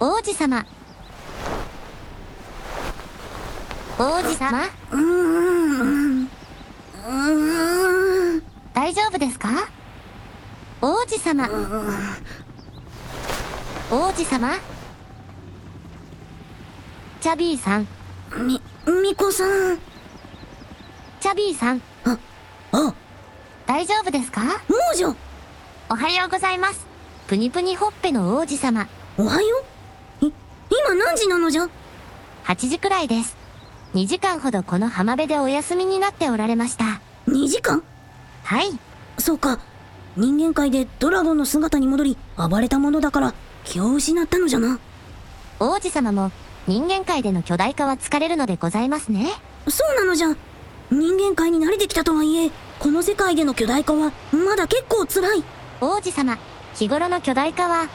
王子様王子様うーんうーん大丈夫ですか王子様王子様チャビーさんみ、みこさん。チャビーさんあ、も大丈夫ですかうじゃん。おはようございますプニプニほっぺの王子様おはよう。い、今何時なのじゃ8時くらいです2時間ほどこの浜辺でお休みになっておられました ?2 時間はいそうか。人間界でドラゴンの姿に戻り、暴れたものだから、気を失ったのじゃな。王子様も人間界での巨大化は疲れるのでございますねそうなのじゃ。人間界に慣れてきたとはいえ、この世界での巨大化は、まだ結構辛い。王子様日頃の巨大化は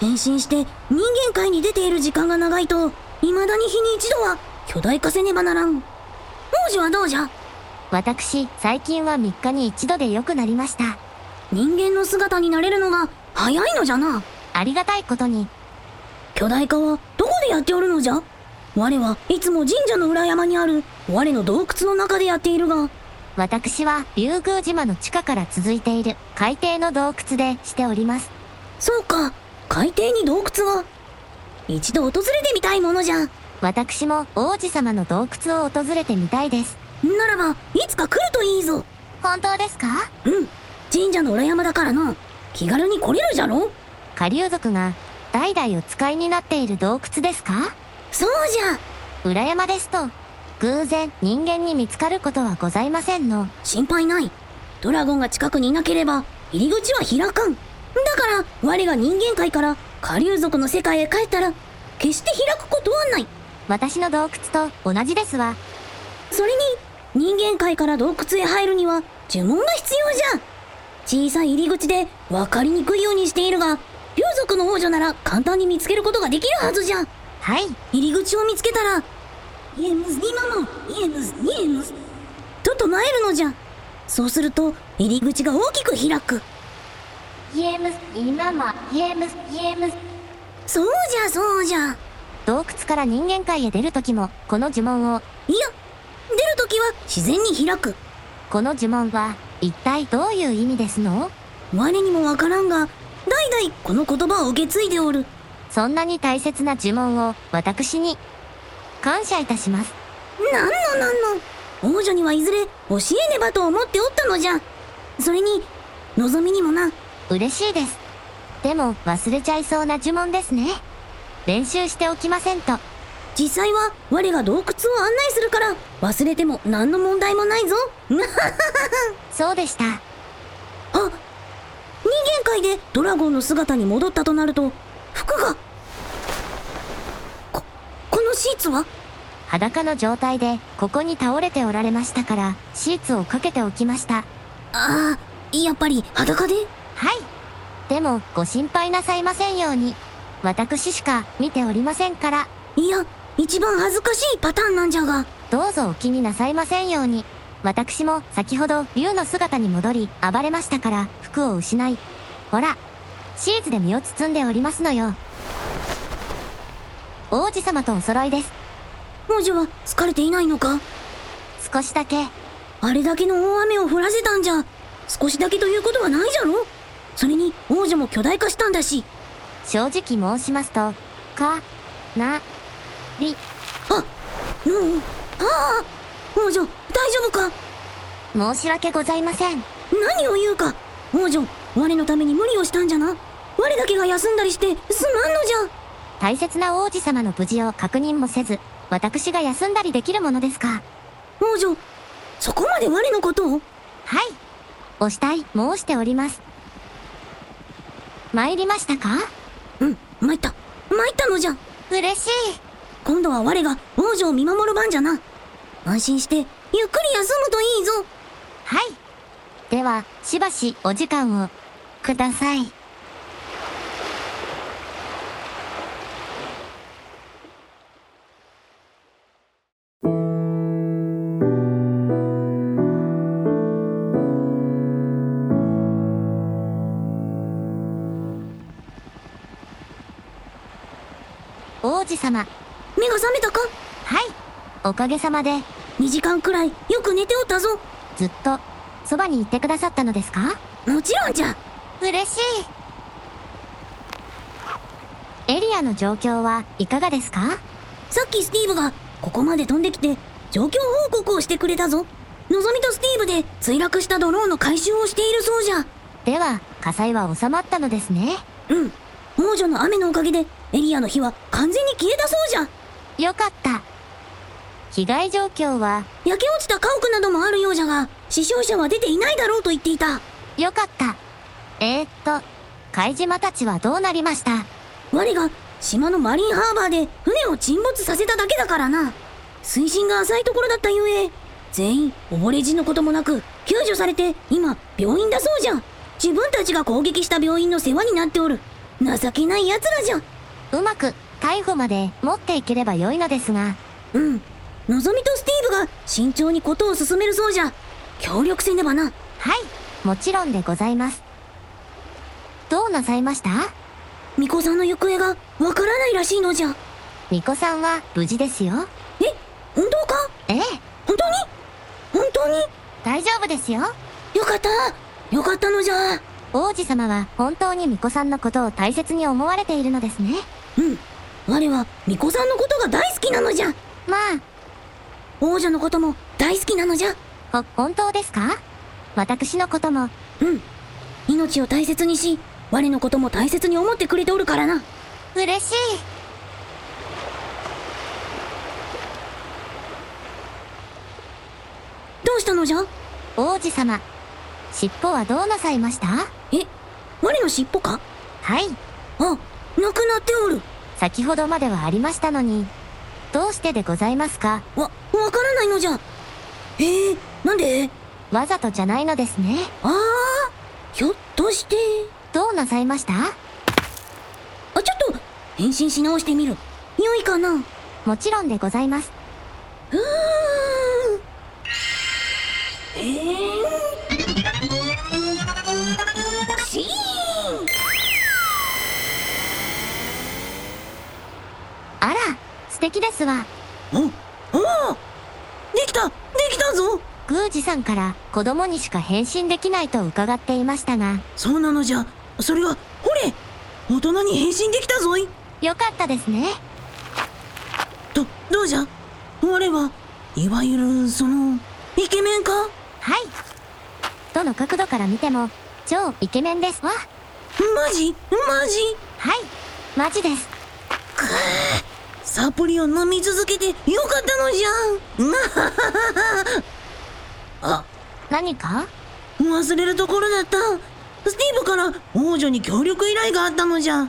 変身して、人間界に出ている時間が長いと、未だに日に一度は、巨大化せねばならん。王子はどうじゃ私最近は3日に一度で良くなりました人間の姿になれるのが、早いのじゃな。ありがたいことに巨大化はどこでやっておるのじゃ我はいつも神社の裏山にある我の洞窟の中でやっているが、私は竜宮島の地下から続いている海底の洞窟でしておりますそうか、海底に洞窟が。一度訪れてみたいものじゃ。な私も王子様の洞窟を訪れてみたいですらば、いつか来るといいぞ。本当ですかうん、神社の裏山だからな。気軽に来れるじゃろ下流族が代々お使いになっている洞窟ですかそうじゃ。裏山ですと偶然人間に見つかることはございませんの心配ない。ドラゴンが近くにいなければ、入り口は開かん。だから、我が人間界から、下流族の世界へ帰ったら、決して開くことはない。私の洞窟と同じですわそれに、人間界から洞窟へ入るには、呪文が必要じゃ。小さい入り口で分かりにくいようにしているが、竜族の王女なら簡単に見つけることができるはずじゃ。はい入り口を見つけたら、イエムズニママ、イエムズニエムズ、と唱えるのじゃ。そうすると、入り口が大きく開く。イエムス今もイエムスイエムスそうじゃ、そうじゃ。洞窟から人間界へ出る時もこの呪文をいや、出るときは自然に開く。この呪文は一体どういう意味ですの我にもわからんが、代々この言葉を受け継いでおる。そんなに大切な呪文を私に感謝いたしますなんのなんの。王女にはいずれ教えねばと思っておったのじゃ。それに、望みにもな。嬉しいですでも忘れちゃいそうな呪文ですね練習しておきませんと実際は我が洞窟を案内するから、忘れても何の問題もないぞ。 そうでしたあ人間界でドラゴンの姿に戻ったとなると、服が。こ、このシーツは裸の状態でここに倒れておられましたからシーツをかけておきましたああ、やっぱり裸ではいでもご心配なさいませんように私しか見ておりませんからいや、一番恥ずかしいパターンなんじゃが。どうぞお気になさいませんように私も先ほど竜の姿に戻り暴れましたから服を失いほらシーツで身を包んでおりますのよ王子様とお揃いです王女は疲れていないのか少しだけあれだけの大雨を降らせたんじゃ、少しだけということはないじゃろそれに、王女も巨大化したんだし。正直申しますとかなりあ、うん、ああ、王女、大丈夫か申し訳ございません何を言うか王女、我のために無理をしたんじゃな我だけが休んだりして、すまんのじゃ大切な王子様の無事を確認もせず私が休んだりできるものですか王女、そこまで我のことをはい。おしたい、申しております。参りましたかうん、参った。参ったのじゃ嬉しい。今度は我が王女を見守る番じゃな。安心して、ゆっくり休むといいぞ。はい。では、しばしお時間を、ください。王子様。目が覚めたかはい。おかげさまで、 2時間くらいよく寝ておったぞずっと、そばにいてくださったのですかもちろんじゃ嬉しい。エリアの状況はいかがですかさっきスティーブがここまで飛んできて状況報告をしてくれたぞのぞみとスティーブで墜落したドローンの回収をしているそうじゃでは、火災は収まったのですね。うん王女の雨のおかげでエリアの火は完全に消えたそうじゃよかった。被害状況は、焼け落ちた家屋などもあるようじゃが死傷者は出ていないだろうと言っていたよかった。えー、っと、貝島たちはどうなりました我が島のマリンハーバーで船を沈没させただけだからな水深が浅いところだったゆえ全員溺れ死ぬこともなく救助されて今病院だそうじゃん自分たちが攻撃した病院の世話になっておる情けない奴らじゃんうまく、逮捕まで持っていければ良いのですが、うんのぞみとスティーブが慎重にことを進めるそうじゃ協力せねばなはい、もちろんでございます。どうなさいました巫女さんの行方がわからないらしいのじゃ巫女さんは無事ですよ。え本当かええ、本当に本当に大丈夫ですよ。よかったよかったのじゃ王子様は本当に巫女さんのことを大切に思われているのですね。うん。我は、巫女さんのことが大好きなのじゃ。ま王女のことも大好きなのじゃ。あ、ほ、本当ですか私のことも、うん。命を大切にし、我のことも大切に思ってくれておるからな。嬉しい。どうしたのじゃ王子様、尻尾はどうなさいましたえ、我の尻尾かはい、あ、なくなっておる。先ほどまではありましたのに、どうしてでございますかわ、わからないのじゃ。えー、なんでわざとじゃないのですね。あー、ひょっとして。どうなさいましたあ、ちょっと、変身し直してみる。良いかなうーん。もちろんでございます。えー。シーンあら、素敵ですわ。おおおできたできたぞ宮司さんから子供にしか変身できないと伺っていましたが、そうなのじゃそれはほれ大人に変身できたぞいよかったですね。どどうじゃ我はいわゆるそのイケメンかはい。どの角度から見ても、超イケメンですわ。マジマジはい。マジです。サプリを飲み続けてよかったのじゃんなはは ははあ何か忘れるところだったスティーブから王女に協力依頼があったのじゃ